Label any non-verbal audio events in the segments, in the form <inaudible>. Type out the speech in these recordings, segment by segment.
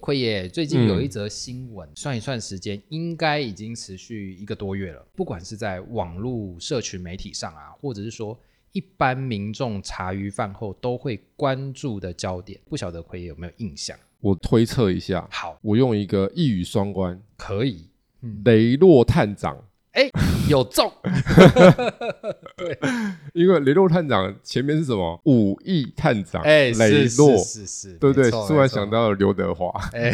辉爷，最近嗯有一则新闻，算一算时间，应该已经持续一个多月了。不管是在网络社群媒体上啊，或者是说一般民众茶余饭后都会关注的焦点，不晓得辉爷有没有印象？我推测一下，好，我用一个一语双关，可以，雷洛探长。 <laughs> 哎，有中，因为雷洛探长前面是什么？武义探长，哎，雷是洛，是是是，对不对没？错突然想，没到了刘德华，错哎，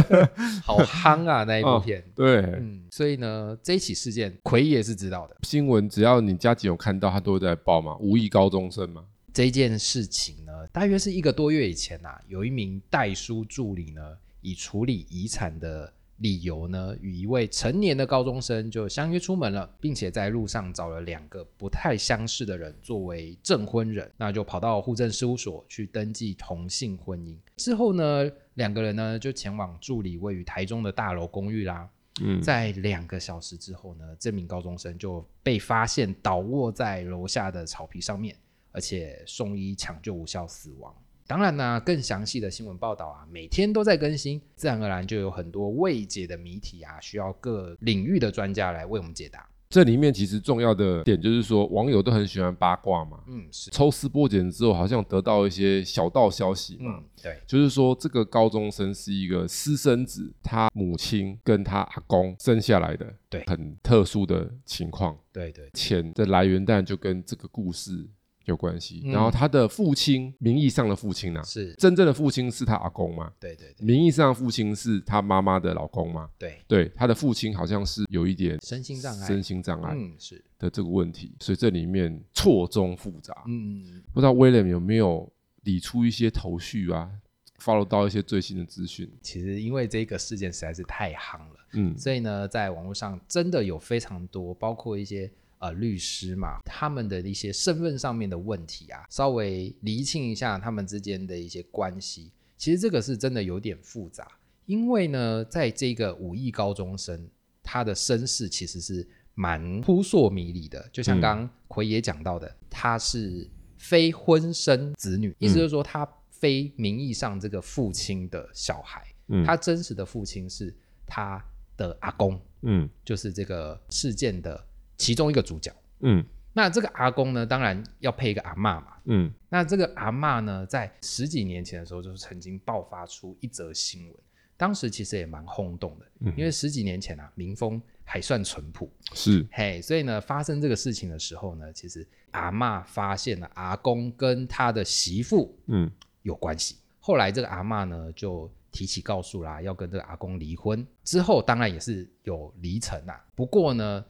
<laughs> 好夯啊那一部嗯片。对，嗯，所以呢，这一起事件，奎爷是知道的。新闻只要你家警有看到，他都会在报嘛，武义高中生嘛，这件事情呢，大约是一个多月以前呐、啊有一名代书助理呢，以处理遗产的理由呢，与一位成年的高中生就相约出门了，并且在路上找了两个不太相识的人作为证婚人，那就跑到户政事务所去登记同性婚姻。之后呢，两个人呢就前往助理位于台中的大楼公寓啦。嗯，在两个小时之后呢，这名高中生就被发现倒卧在楼下的草皮上面，而且送医抢救无效死亡。当然呢、更详细的新闻报道啊，每天都在更新，自然而然就有很多未解的谜题啊，需要各领域的专家来为我们解答。这里面其实重要的点就是说，网友都很喜欢八卦嘛，嗯，是，抽丝剥茧之后，好像得到一些小道消息嘛。嗯，对，就是说，这个高中生是一个私生子，他母亲跟他阿公生下来的，对很特殊的情况。对对，钱的来源当然就跟这个故事有关系。嗯然后他的父亲，名义上的父亲啊，是，真正的父亲是他阿公嘛，对对对名义上的父亲是他妈妈的老公嘛。对，对，他的父亲好像是有一点身心障碍，身心障碍嗯，是，的这个问题，所以这里面错综复杂。嗯，不知道威廉有没有理出一些头绪啊，follow 到一些最新的资讯。其实因为这个事件实在是太夯了。嗯，所以呢，在网络上真的有非常多，包括一些呃律师嘛，他们的一些身份上面的问题啊，稍微厘清一下他们之间的一些关系。其实这个是真的有点复杂，因为呢，在这个武艺高中生他的身世其实是蛮扑朔迷离的，就像刚刚奎也讲到的，他是非婚生子女，意思就是说他非名义上这个父亲的小孩，嗯他真实的父亲是他的阿公，嗯就是这个事件的其中一个主角。嗯那这个阿公呢，当然要配一个阿嬷嘛。嗯那这个阿嬷呢，在十几年前的时候，就是曾经爆发出一则新闻，当时其实也蛮轰动的，嗯因为十几年前啊，民风还算淳朴，是嘿，所以呢，发生这个事情的时候呢，其实阿嬷发现了阿公跟他的媳妇嗯有关系。后来这个阿嬷呢就提起告诉啦，要跟这个阿公离婚。之后当然也是有离成啦，不过呢，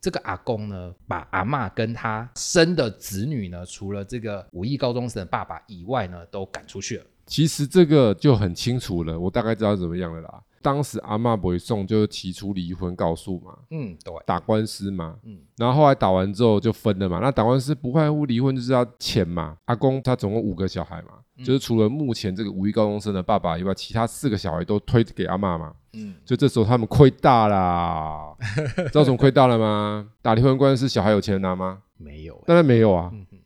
这个阿公呢把阿嬷跟他生的子女呢，除了这个武艺高中生的爸爸以外呢，都赶出去了。其实这个就很清楚了，我大概知道怎么样了啦。当时阿嬷不会送，就是提出离婚告诉嘛，嗯，对，打官司嘛，嗯然后后来打完之后就分了嘛。那打官司不外乎离婚就是要钱嘛。阿公他总共五个小孩嘛，嗯就是除了目前这个五一高中生的爸爸以外，其他四个小孩都推给阿嬷嘛。嗯，就这时候他们亏 <laughs> 大啦，知道怎么亏大了吗？打离婚官司，小孩有钱拿吗？没有、欸。当然没有啊，嗯哼，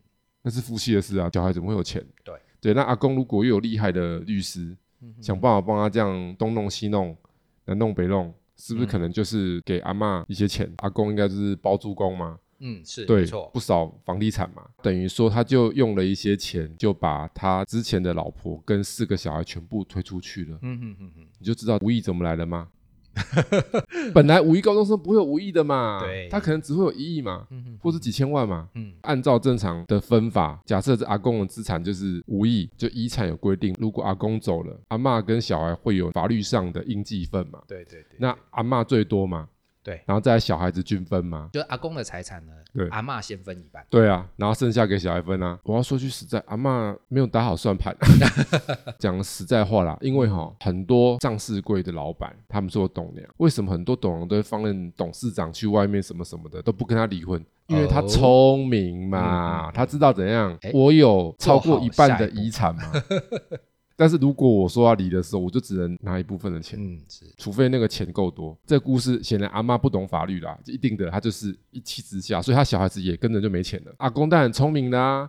那是夫妻的事啊，小孩怎么会有钱？对嗯对，那阿公如果又有厉害的律师，想办法帮他这样东弄西弄，南弄北弄，是不是可嗯能就是给阿嬷一些钱？阿公应该就是包租公嘛，嗯，是对没，错不。少房地产嘛，等于说他就用了一些钱，就把他之前的老婆跟四个小孩全部推出去了。嗯哼哼哼，你就知道无意怎么来的吗？ <laughs> 本来五亿高中生不会有无意的嘛，对他可能只会有一亿嘛，嗯哼，或是几千万嘛。嗯按照正常的分法，假设这阿公的资产就是无亿，就遗产有规定，如果阿公走了，阿嬷跟小孩会有法律上的应继分嘛。对对对。那阿嬷最多嘛，对，然后再来小孩子均分嘛。就是阿公的财产呢对，阿嬷先分一半。对啊，然后剩下给小孩分啊。我要说句实在，阿嬷没有打好 <laughs> 算盘。讲实在话啦，因为哈，很多上市柜的老板他们做董娘，为什么很多董娘都会放任董事长去外面什么什么的，都不跟他离婚？因为他哦聪明嘛，嗯嗯嗯他知道怎样哎。我有超做过好一半下的一步遗产嘛，但是如果我说要离的时候，我就只能拿一部分的钱。嗯，是。除非那个钱够多。这故事显然阿妈不懂法律啦，一定的，她就是一气之下，所以她小孩子也跟着就没钱了。阿公当然聪明啦、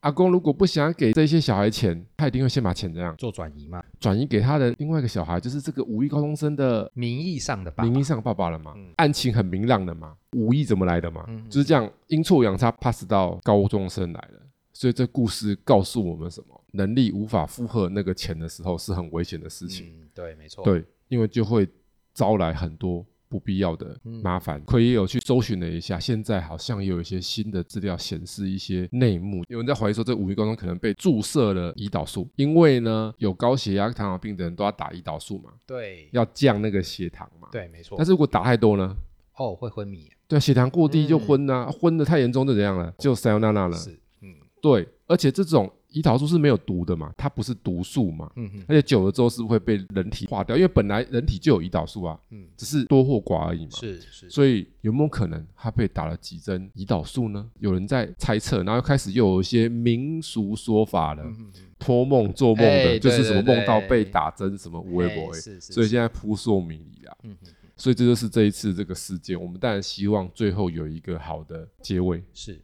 阿公如果不想给这些小孩钱，他一定会先把钱怎样做转移嘛，转移给他的另外一个小孩，就是这个无意高中生的名义上的爸爸名义上的爸爸了嘛，嗯案情很明朗的嘛，无意怎么来的嘛，嗯就是这样阴错阳差 pass 到高中生来了。所以这故事告诉我们什么？能力无法负荷那个钱的时候，是很危险的事情。嗯，对，没错，，对，因为就会招来很多不必要的嗯麻烦。奎也有去搜寻了一下，现在好像也有一些新的资料显示一些内幕，有人在怀疑说这五一高中可能被注射了胰岛素，因为呢有高血压、糖尿病的人都要打胰岛素嘛，对，要降那个血糖嘛。对，没错但，是如果打太多呢？哦，会昏迷，对啊，血糖过低就嗯昏呐、昏的太严重就怎样了？就塞 a 娜娜了。是，嗯对，而且这种胰岛素是没有毒的嘛，它不是毒素嘛，嗯嗯而且久了之后是会被人体化掉，因为本来人体就有胰岛素啊，嗯，只是多或寡而已嘛。是是，所以有没有可能他被打了几针胰岛素呢？有人在猜测，然后又开始又有一些民俗说法了，嗯嗯嗯托梦做梦的，哎就是对什么对梦到被对打针什么无微不哎微，是是所以是现在扑朔迷离啦。嗯嗯嗯所以这就是这一次这个事件，我们当然希望最后有一个好的结尾。是，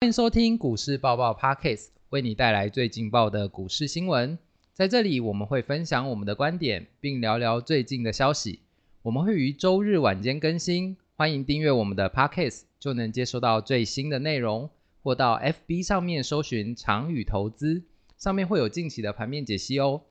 欢迎收听股市爆爆 Podcast，为你带来最劲爆的股市新闻。在这里，我们会分享我们的观点，并聊聊最近的消息。我们会于周日晚间更新，欢迎订阅我们的 Podcast，就能接收到最新的内容。或到 FB 上面搜寻“长宇投资”，上面会有近期的盘面解析哦。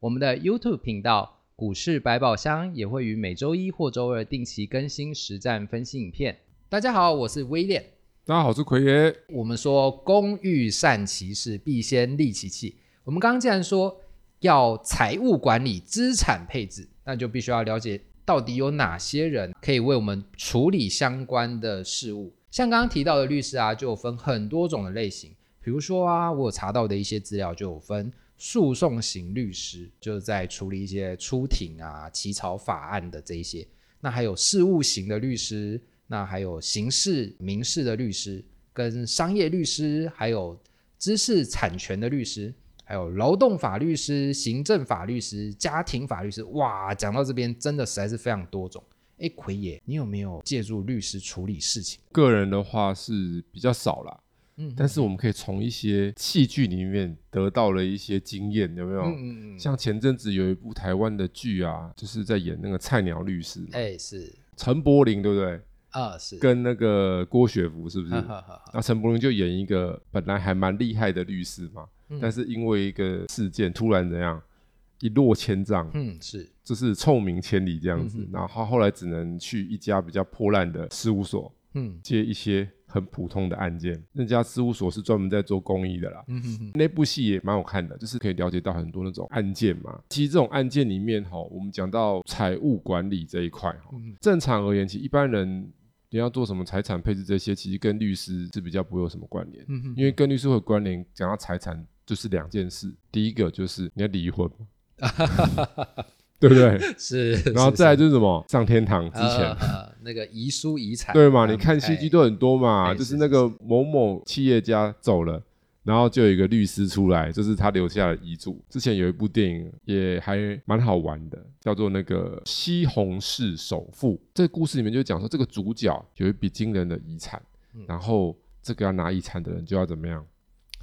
我们的 YouTube 频道“股市百宝箱”也会于每周一或周二定期更新实战分析影片。大家好，我是威廉。大家好，我是奎爷。我们说“工欲善其事，必先利其器”。我们刚刚既然说要财务管理、资产配置，那就必须要了解到底有哪些人可以为我们处理相关的事务。像刚刚提到的律师啊，就有分很多种的类型，比如说啊，我有查到的一些资料就有分诉讼型律师，就是在处理一些出庭啊、起草法案的这一些。那还有事务型的律师，那还有刑事、民事的律师，跟商业律师，还有知识产权的律师，还有劳动法律师、行政法律师、家庭法律师。哇，讲到这边真的实在是非常多种。哎，奎爷，你有没有借助律师处理事情？个人的话是比较少啦，嗯但是我们可以从一些戏剧里面得到了一些经验，有没有？嗯嗯嗯，像前阵子有一部台湾的剧啊，就是在演那个菜鸟律师嘛，哎是陈柏霖对不对？啊是，跟那个郭雪芙是不是？哈哈哈哈那陈柏霖就演一个本来还蛮厉害的律师嘛，嗯但是因为一个事件突然怎样一落千丈，嗯是就是臭名千里这样子。然后他后来只能去一家比较破烂的事务所嗯接一些很普通的案件。那家事务所是专门在做公益的啦。嗯嗯嗯那部戏也蛮好看的，就是可以了解到很多那种案件嘛。其实这种案件里面哈，我们讲到财务管理这一块哈，嗯正常而言，其实一般人你要做什么财产配置这些，其实跟律师是比较不会有什么关联，嗯嗯因为跟律师会有关联，讲到财产就是两件事，第一个就是你要离婚嘛， <laughs> 对不对？嗯是，然后是再来是 <laughs> 就是什么上天堂之前。呃呃那个遗书遗产对嘛？嗯你看戏哎剧都很多嘛，哎就是是那个某某企业家走了，然后就有一个律师出来，就是他留下了遗嘱。之前有一部电影也还蛮好玩的，叫做那个《西红柿首富》。这个故事里面就讲说，这个主角有一笔惊人的遗产，嗯然后这个要拿遗产的人就要怎么样，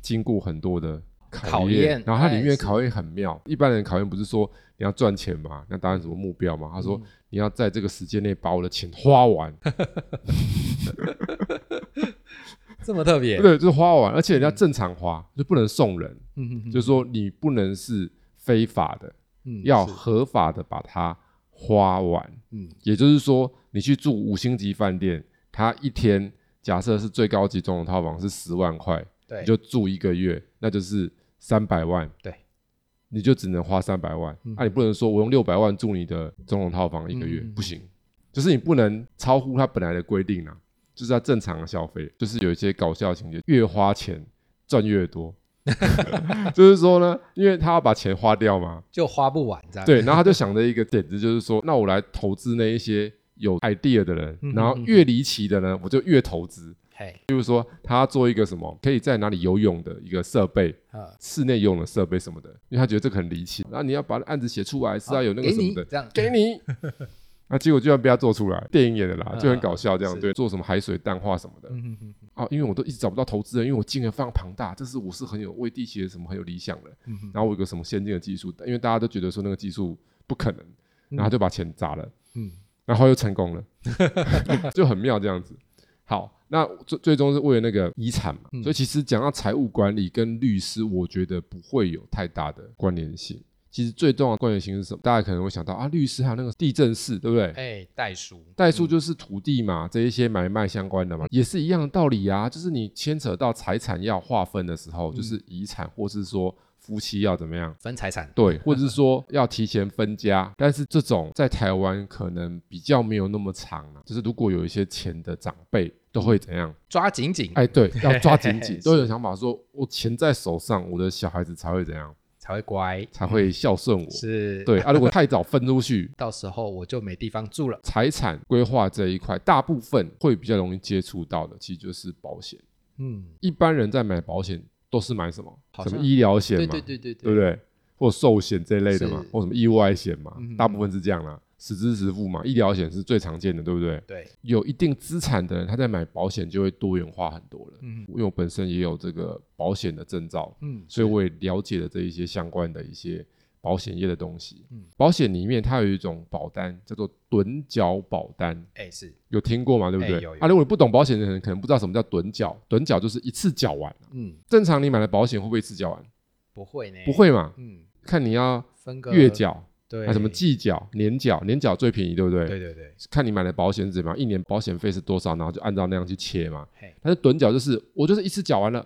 经过很多的。考考验然后它哎里面是考验很妙。一般人考验不是说你要赚钱嘛，那当然什么目标嘛。他嗯说你要在这个时间内把我的钱花完，这么特别，对，就是花完，而且人家正常花，就不能送人，嗯嗯就是说你不能是非法的，嗯要是合法的把它花完。嗯也就是说，你去住五星级饭店，它一天假设是最高级总统套房是十万块，对你就住一个月，那就是三百万。对。你就只能花三百万，那、你不能说我用六百万住你的总统套房一个嗯月，嗯嗯嗯不行，就是你不能超乎它本来的规定啊，就是要正常的消费，就是有一些搞笑情节，越花钱赚越多， <laughs> 就是说呢，因为他要把钱花掉嘛，就花不完这样。对，然后他就想着一个点子，就是说，那我来投资那一些有 idea 的人，嗯然后嗯嗯越离奇的呢，我就越投资，嘿，比如说他做一个什么可以在哪里游泳的一个设备，啊，室内游泳的设备什么的，因为他觉得这个很离奇。然后你要把案子写出来是要有那个啊给什么你的，这样，给 <laughs> 你。那结果居然被他做出来，电影演的啦，嗯就很搞笑这样。是对，做什么海水淡化什么的嗯哼哼哼啊，因为我都一直找不到投资人，因为我金额非常庞大，这是我是很有为地企业什么很有理想的。嗯哼然后我有个什么先进的技术，因为大家都觉得说那个技术不可能，然后就把钱砸了，嗯然后又成功了， <laughs> 就很妙这样子。好，那最最终是为了那个遗产嘛，嗯所以其实讲到财务管理跟律师，我觉得不会有太大的关联性。其实最重要的关联性是什么？大家可能会想到啊，律师还有那个地震士，对不对？哎，嗯袋鼠，代数就是土地嘛，这一些买卖相关的嘛，也是一样的道理啊。就是你牵扯到财产要划分的时候，嗯就是遗产或是说夫妻要怎么样，分财产，对，或者是说要提前分家，但是这种在台湾可能比较没有那么长啊。就是如果有一些钱的长辈都会怎样？抓紧紧哎，对，要抓紧 <laughs> 紧，是都有想法说，我钱在手上，我的小孩子才会怎样，才会乖，才会孝顺 <laughs> 我。是，，对啊，如果太早分出去，到时候我就没地方住了，财产规划这一块，大部分会比较容易接触到的，其实就是保险。嗯，一般人在买保险都是买什么？好什像么医疗险嘛，对嗯对对对对不，对？或寿险这一类的嘛是，或什么意外险嘛，嗯大部分是这样啦，实支实付嘛，医疗险是最常见的，对不对？对，有一定资产的人，他在买保险就会多元化很多了。嗯因为我本身也有这个保险的证照，嗯，所以我也了解了这一些相关的一些保险业的东西。嗯保险里面它有一种保单叫做趸缴保单，哎是，有听过吗？对不对？哎有有啊，如果你不懂保险的人，可能不知道什么叫趸缴。趸缴就是一次缴完，嗯，正常你买的保险会不会一次缴完？不会呢，不，会嘛？嗯，看你要分个月，缴，对，还什么季缴、年缴，年缴最便宜，对不对？对对对，看你买的保险是怎么样，一年保险费是多少，然后就按照那样去切嘛。嘿，但是趸缴就是我就是一次缴完了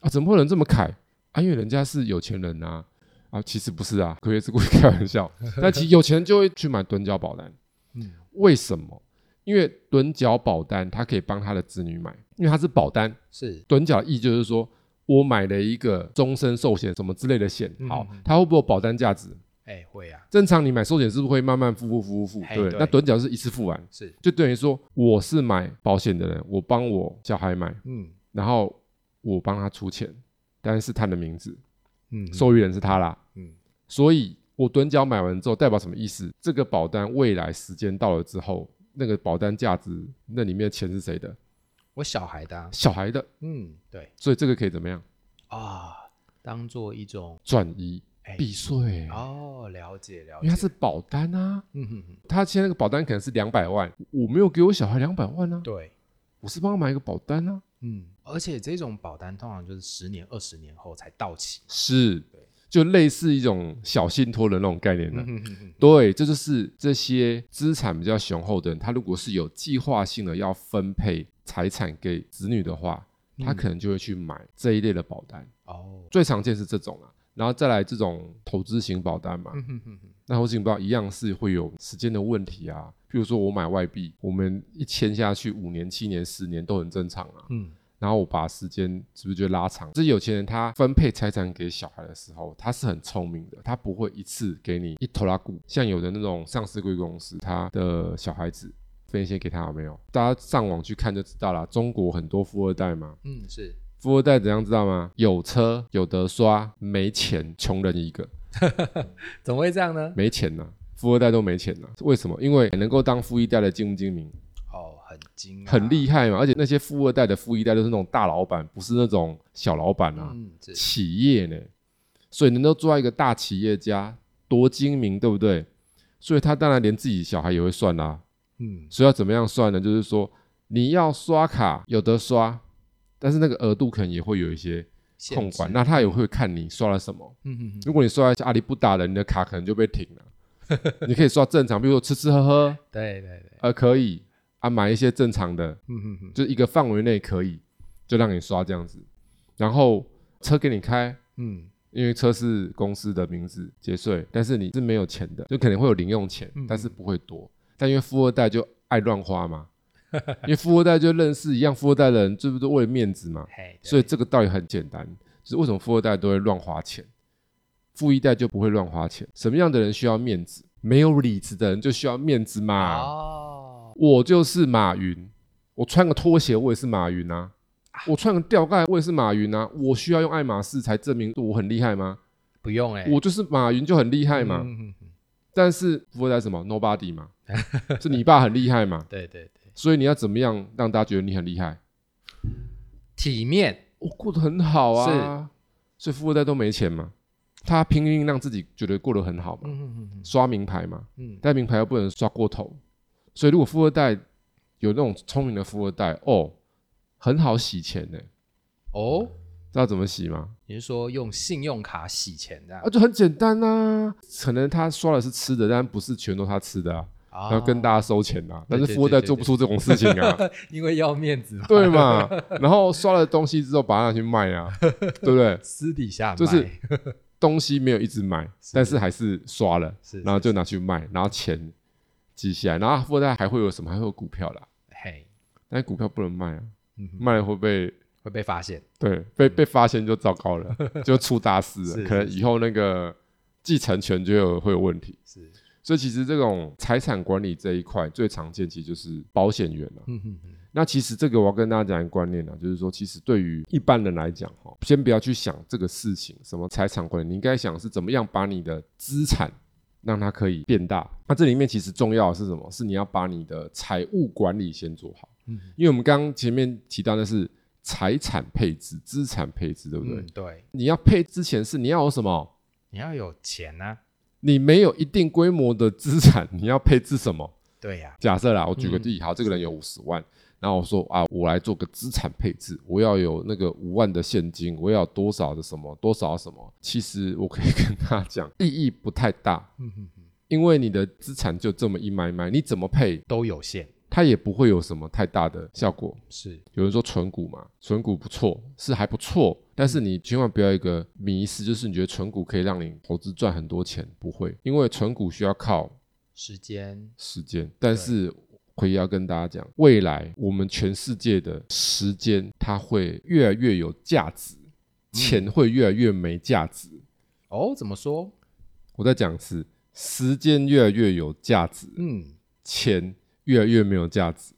啊，怎么会有人这么凯啊？因为人家是有钱人呐、啊，其实不是啊，可也是故意开 <laughs> 玩笑。但其实有钱人就会去买趸缴保单，嗯，为什么？因为趸缴保单他可以帮他的子女买，因为他是保单。是，趸缴意就是说我买了一个终身寿险什么之类的险，嗯好嗯嗯，它会不会有保单价值？哎会啊，正常你买寿险是不是会慢慢付付付付付？嘿对，对那趸缴是一次付完，是，就等于说我是买保险的人，我帮我小孩买，嗯然后我帮他出钱，但是他的名字，嗯，受益人是他啦，嗯，所以我趸缴买完之后代表什么意思？这个保单未来时间到了之后，那个保单价值那里面的钱是谁的？我小孩的啊，小孩的，嗯，对所以这个可以怎么样？啊，当做一种，转移哎避税，哦，了解了因为它解，是保单啊，嗯哼哼，他签那个保单可能是两百万，我没有给我小孩两百万啊，对。我是帮他买一个保单啊。嗯，而且这种保单通常就是十年、二十年后才到期。是，就类似一种小信托的那种概念呢、嗯哼哼哼对，这就是这些资产比较雄厚的人，他如果是有计划性的要分配财产给子女的话，嗯他可能就会去买这一类的保单。哦，最常见是这种啊，然后再来这种投资型保单嘛，嗯哼哼哼那投资型保单一样是会有时间的问题啊。譬如说我买外币，我们一签下去五年、七年、十年都很正常啊。嗯，然后我把时间是不是就拉长？这有钱人他分配财产给小孩的时候，他是很聪明的，他不会一次给你一头拉股。像有的那种上市贵公司，他的小孩子分一些给他有没有？大家上网去看就知道啦。中国很多富二代嘛，嗯，是富二代怎样知道吗？有车有得刷，没钱，穷人一个，怎么会这样呢？没钱呐、富二代都没钱呐、为什么？因为能够当富一代的精不精明，哦，很精、很厉害嘛。而且那些富二代的富一代都是那种大老板，不是那种小老板啊。嗯，是企业呢，所以能够做到一个大企业家，多精明，对不对？所以他当然连自己小孩也会算啦、嗯，所以要怎么样算呢？就是说你要刷卡有得刷，但是那个额度可能也会有一些限控管，制那他也会看你刷了什么。嗯哼哼，如果你刷一些阿里不达的，你的卡可能就被停了。 <laughs> 你可以刷正常，比如说吃吃喝喝，对对对，呃，可以啊，买一些正常的，嗯哼哼，就一个范围内可以，就让你刷这样子。然后车给你开，嗯因为车是公司的名字节税，但是你是没有钱的，就可能会有零用钱嗯，但是不会多。但因为富二代就爱乱花 <laughs> 嘛，因为富二代就认识一样富二代的人，这不是为了面子嘛？嘿，对所以这个道理很简单，就是为什么富二代都会乱花钱，富一代就不会乱花钱。什么样的人需要面子？啊没有理子的人就需要面子嘛。哦，我就是马云，我穿个拖鞋我也是马云啊，我穿个吊带我也是马云啊，我需要用爱马仕才证明我很厉害吗？不用哎、欸，我就是马云就很厉害嘛，嗯嗯嗯但是富二代什么 <laughs> nobody 嘛，是你爸很厉害嘛，对对对，所以你要怎么样让大家觉得你很厉害？体面我过得很好啊，所以富二代都没钱嘛，他拼命让自己觉得过得很好嘛，嗯嗯嗯嗯刷名牌嘛，嗯，但名牌又不能刷过头，所以如果富二代有那种聪明的富二代，哦，很好洗钱呢、哦，知道怎么洗吗？你是说用信用卡洗钱这样啊，？就很简单啊，可能他刷的是吃的，但不是全都他吃的啊，啊然后跟大家收钱啊，对但对是富二代做不出这种事情 <laughs> 啊，因为要面子嘛，对嘛？然后刷了东西之后把它拿去卖 <laughs> 啊，对不对？私底下就卖是东西没有一直买，是但是还是刷了，是然后就拿去卖，然后钱积起来，然后富二代还会有什么？还会有股票啦，嘿，但股票不能卖啊，嗯哼卖了会被会被发现，对被被发现就糟 <laughs> 糕了，就出大事是了，可能以后那个继承权就有会有问题。是，所以其实这种财产管理这一块最常见，其实就是保险员啊。嗯哼哼，那其实这个我要跟大家讲一个观念啊，就是说，其实对于一般人来讲，哈，先不要去想这个事情，什么财产管理，你应该想是怎么样把你的资产让它可以变大。那这里面其实重要的是什么？是你要把你的财务管理先做好，嗯因为我们刚刚前面提到的是财产配置、资产配置，对不对？嗯，对，你要配之前是你要有什么？你要有钱啊呐、你没有一定规模的资产，你要配置什么？对呀、假设啦，我举个例，好，这个人有五十万，然后我说啊，我来做个资产配置，我要有那个五万的现金，我要有多少的什么，多少什么。其实我可以跟他讲，意义不太大，嗯哼哼，因为你的资产就这么一买买，你怎么配，都有限，它也不会有什么太大的效果。是，有人说存股嘛，存股不错，是还不错，但是你千万不要有一个迷失，就是你觉得存股可以让你投资赚很多钱，不会，因为存股需要靠时间时间，但是奎要跟大家讲，未来我们全世界的时间它会越来越有价值，钱会越来越没价值。哦，怎么说？我再讲一次，时间越来越有价值，嗯，钱越来越没有价值。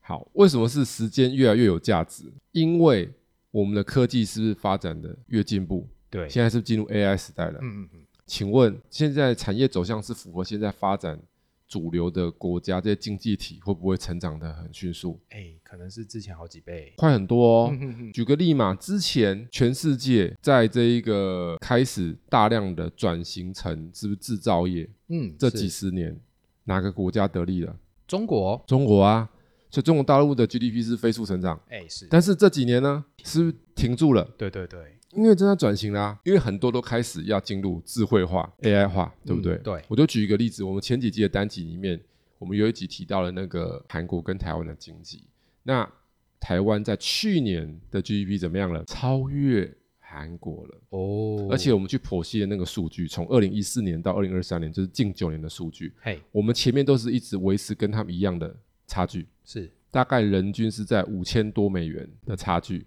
好，为什么是时间越来越有价值？因为我们的科技是不是发展的越进步？对，现在是不是进入 AI 时代了？嗯嗯嗯，请问现在产业走向是符合现在发展主流的国家，这些经济体会不会成长的很迅速？哎、可能是之前好几倍，快很多哦。嗯哼哼，举个例嘛，之前全世界在这一个开始大量的转型成是不是制造业？嗯，这是几十年哪个国家得利了？中国，中国啊，所以中国大陆的 GDP 是飞速成长，哎、是，但是这几年呢，是不是停住了？对对对，因为正在转型啦、因为很多都开始要进入智慧化、AI 化，对不对？嗯对我就举一个例子，我们前几集的单集里面，我们有一集提到了那个韩国跟台湾的经济。那台湾在去年的 GDP 怎么样了？超越韩国了。哦，而且我们去剖析的那个数据，从二零一四年到二零二三年，就是近九年的数据，嘿，我们前面都是一直维持跟他们一样的差距。是，大概人均是在五千多美元的差距，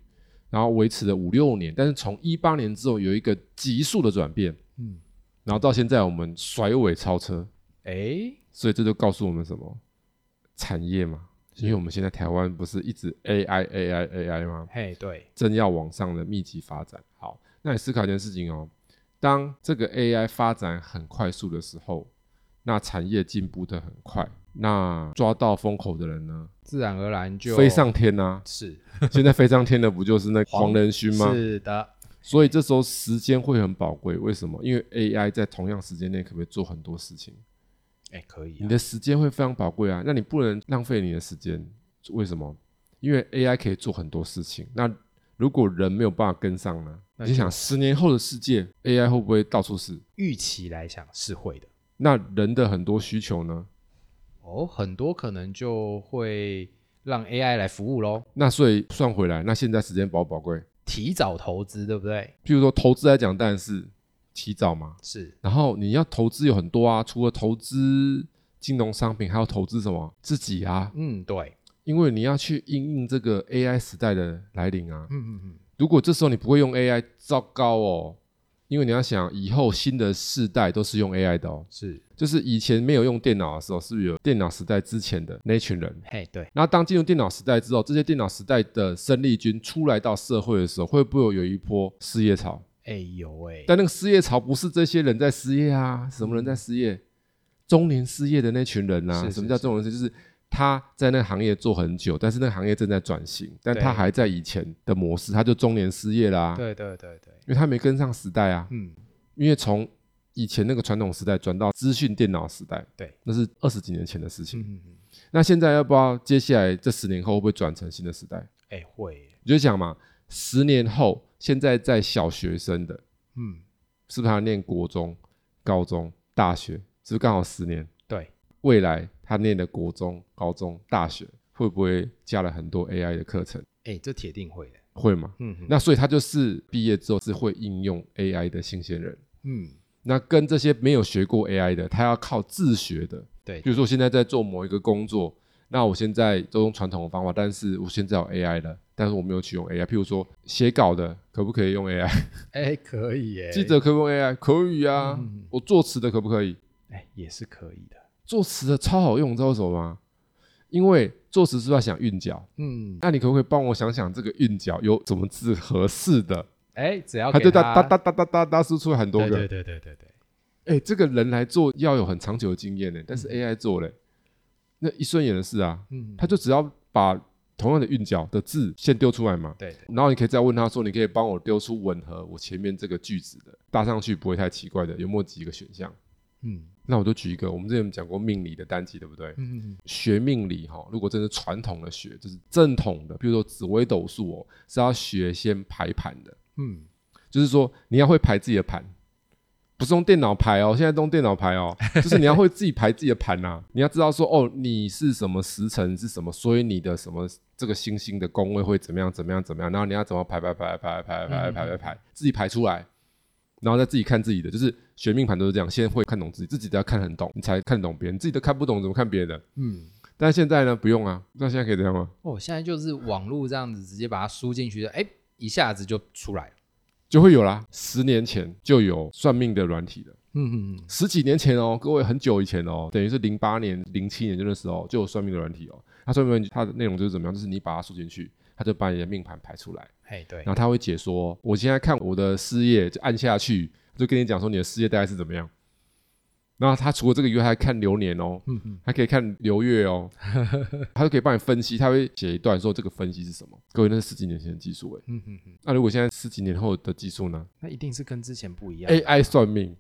然后维持了五六年，但是从一八年之后有一个急速的转变，嗯，然后到现在我们甩尾超车，哎、所以这就告诉我们什么产业嘛？因为我们现在台湾不是一直 AI AI AI 吗？嘿，对，正要往上的密集发展。好，那你思考一件事情哦，当这个 AI 发展很快速的时候，那产业进步的很快，那抓到风口的人呢，自然而然就飞上天啊呐、是现在飞上天的不就是那黄黄仁勋吗？是的，所以这时候时间会很宝贵，为什么？因为 AI 在同样时间内可不可以做很多事情？哎、可以、你啊，的时间会非常宝贵啊，那你不能浪费你的时间，为什么？因为 AI 可以做很多事情，那如果人没有办法跟上呢？那你就就想十年后的世界，AI 会不会到处是？预期来讲是会的。那人的很多需求呢？哦，很多可能就会让 AI 来服务喽，那所以算回来，那现在时间宝不宝贵？提早投资，对不对？譬如说投资来讲，当然是提早嘛，是，然后你要投资有很多啊，除了投资金融商品，还要投资什么自己啊，嗯，对，因为你要去应应这个 AI 时代的来临啊。嗯嗯嗯，如果这时候你不会用 AI，糟糕哦，因为你要想以后新的世代都是用 AI 的哦，是，就是以前没有用电脑的时候，是不是有电脑时代之前的那群人？嘿，对，那当进入电脑时代之后，这些电脑时代的生力军出来到社会的时候，会不会有一波失业潮？哎有哎，但那个失业潮不是这些人在失业啊，什么人在失业？中年失业的那群人啊，嗯是是什么叫中年失业？就是他在那个行业做很久，但是那个行业正在转型，但对他还在以前的模式，他就中年失业啦、对对对对，因为他没跟上时代啊。嗯，因为从以前那个传统时代转到资讯电脑时代，对，那是二十几年前的事情。嗯嗯，那现在要不要接下来这十年后会不会转成新的时代？哎、会耶，你就想嘛，十年后现在在小学生的，嗯，是不是他念国中、高中、大学，是不是刚好十年？对，未来他念的国中、高中、大学会不会加了很多 AI 的课程？哎、这铁定会的，会吗？嗯哼那所以他就是毕业之后是会应用 AI 的新鲜人。嗯，那跟这些没有学过 AI 的，他要靠自学的。对比，如说我现在在做某一个工作，那我现在都用传统的方法，但是我现在有 AI 了，但是我没有去用 AI。譬如说写稿的，可不可以用 AI？哎、可以耶，记者可不可以用 AI？可以啊。嗯我作词的可不可以？哎、也是可以的，作词的超好用，你知道为什么吗？因为作词是要想韵脚，嗯，那你可不可以帮我想想这个韵脚有怎么字合适的？哎、只要他给就他哒哒哒哒哒哒哒输出很多对个。对对对对对，哎、这个人来做要有很长久的经验呢、但是 AI 做嘞、那一瞬眼的事啊，嗯，他就只要把同样的韵脚的字先丢出来嘛，对对，然后你可以再问他说，你可以帮我丢出吻合我前面这个句子的搭上去不会太奇怪的，有没有几个选项？嗯那我就举一个，我们之前讲过命理的单集，对不对？嗯，学命理哈、如果真的传统的学，就是正统的，比如说紫微斗数哦，是要学先排盘的，嗯，就是说你要会排自己的盘，不是用电脑排哦，现在都用电脑排哦，就是你要会自己排自己的盘呐、你要知道说哦，你是什么时辰是什么，所以你的什么这个星星的宫位会怎么样怎么样怎么样，然后你要怎么排排排排排排排排排排，自己排出来。然后再自己看自己的，就是学命盘都是这样，先会看懂自己，自己都要看很懂，你才看得懂别人，自己都看不懂，怎么看别人的？嗯，但现在呢，不用啊。那现在可以这样吗？哦，现在就是网络这样子直接把它输进去，哎、一下子就出来了，就会有啦。十年前就有算命的软体了，嗯嗯嗯，十几年前哦，各位很久以前哦，等于是零八年、零七年就那时候就有算命的软体哦。它算命软体它的内容就是怎么样，就是你把它输进去，它就把你的命盘排出来，哎，对然，后它会解说，我现在看我的事业，就按下去，就跟你讲说你的事业大概是怎么样。然后它除了这个以外，它还看流年哦，嗯嗯，还可以看流月 <laughs> 哦，它就可以帮你分析，它会写一段说这个分析是什么。各位，那是十几年前的技术哎、嗯嗯嗯，那如果现在十几年后的技术呢那一定是跟之前不一样的？AI 算命，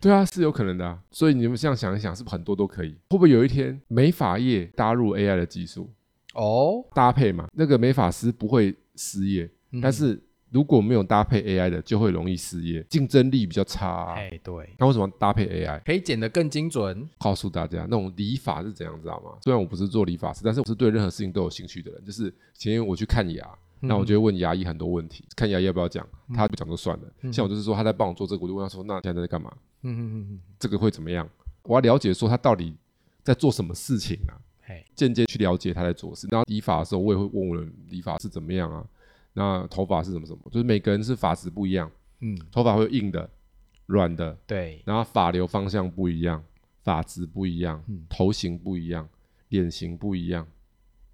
对啊，是有可能的、啊。所以你们这样想一想，是不是很多都可以？会不会有一天美发业搭入 AI 的技术哦，搭配嘛？那个美发师不会失业，嗯但，是如果没有搭配 AI 的，就会容易失业，竞争力比较差啊、哎、对，那为什么要搭配 AI？可以剪得更精准，告诉大家，那种理发是怎样，知道吗？虽然我不是做理发师，但是我是对任何事情都有兴趣的人。就是前天我去看牙，那我就会问牙医很多问题，看牙医要不要讲，他不讲就算了。像我就是说他在帮我做这个，我就问他说：“那现在在干嘛？嗯嗯嗯嗯，这个会怎么样？”我要了解说他到底在做什么事情啊，嘿，间接去了解他在做事。然后理发的时候，我也会问我的理发是怎么样啊，那头发是什么什么，就是每个人是发质不一样，嗯，头发会有硬的、软的，对，然后发流方向不一样，发质不一样，头型不一样，脸型不一样，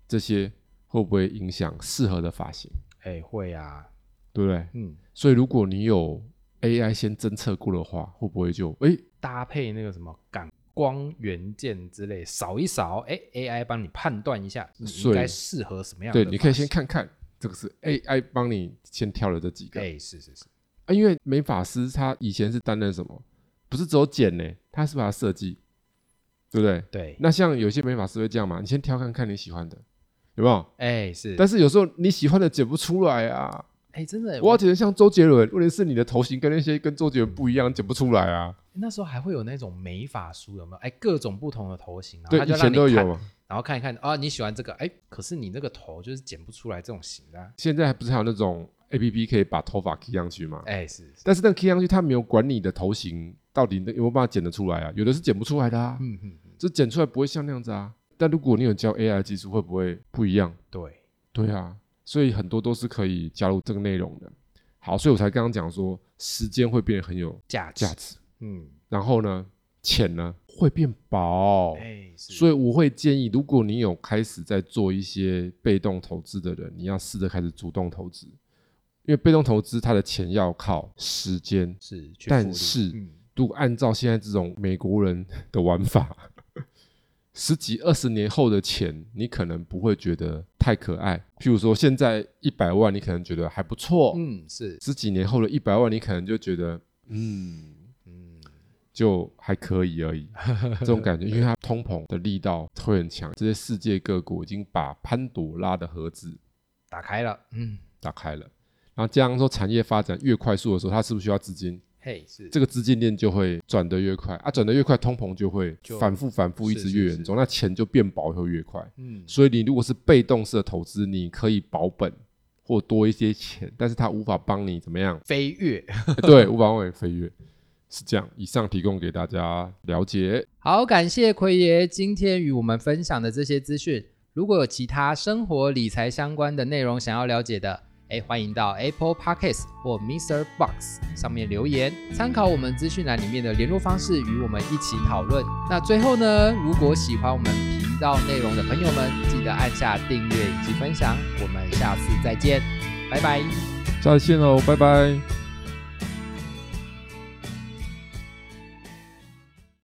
这些会不会影响适合的发型？哎、会啊，对不对？嗯，所以如果你有 AI 先侦测过的话，会不会就诶搭配那个什么感光元件之类，扫一扫，哎、a i 帮你判断一下你应所以该适合什么样的对，发型。你可以先看看这个是 AI 帮你先挑了这几个、哎、是是是，啊，因为美发师他以前是担任什么？不是只有剪呢、他是把它设计，对不对？对，那像有些美发师会这样嘛，你先挑看看你喜欢的，有没有？哎、是，但是有时候你喜欢的剪不出来啊，哎、真的，我我要剪得像周杰伦，问题是你的头型跟那些跟周杰伦不一样，剪不出来啊。那时候还会有那种美发梳，有没有？哎、各种不同的头型，然后对，他以就前让你都有看，嘛，然后看一看啊，你喜欢这个，哎、可是你那个头就是剪不出来这种型的、啊，现在还不是还有那种 A P P 可以把头发 key 上去吗？哎、是，是但是那 key 上去，它没有管你的头型到底有没有办法剪得出来啊，有的是剪不出来的啊，嗯嗯，嗯就剪出来不会像那样子啊。但如果你有教 A I 技术，会不会不一样？对，对啊，所以很多都是可以加入这个内容的。好，所以我才刚刚讲说，时间会变得很有价值，价值。嗯，然后呢，钱呢会变薄。哎，哦所以以我会建议，如果你有开始在做一些被动投资的人，你要试着开始主动投资，因为被动投资它的钱要靠时间。是去但复利是嗯如果按照现在这种美国人的玩法，十几二十年后的钱，你可能不会觉得太可爱。譬如说，现在一百万，你可能觉得还不错；嗯是十几年后的一百万，你可能就觉得，嗯，嗯就还可以而已，这种感觉，因为它通膨的力道会很强。这些世界各国已经把潘朵拉的盒子打开了，嗯打开了，然后加上说产业发展越快速的时候，它是不是需要资金？嘿是这个资金链就会转得越快啊，转得越快，通膨就会就反复反复，一是直是越是严重，那钱就变薄会越快。嗯？所以你如果是被动式的投资，你可以保本或多一些钱，但是它无法帮你怎么样 <laughs> 飞跃。对，无法帮你飞跃。是这样，以上提供给大家了解。好，感谢奎爷今天与我们分享的这些资讯。如果有其他生活理财相关的内容想要了解的，哎，欢迎到 Apple Podcasts 或 Mr. Box 上面留言，参考我们资讯栏里面的联络方式与我们一起讨论。那最后呢，如果喜欢我们频道内容的朋友们，记得按下订阅以及分享。我们下次再见，拜拜。下次见喽，拜拜。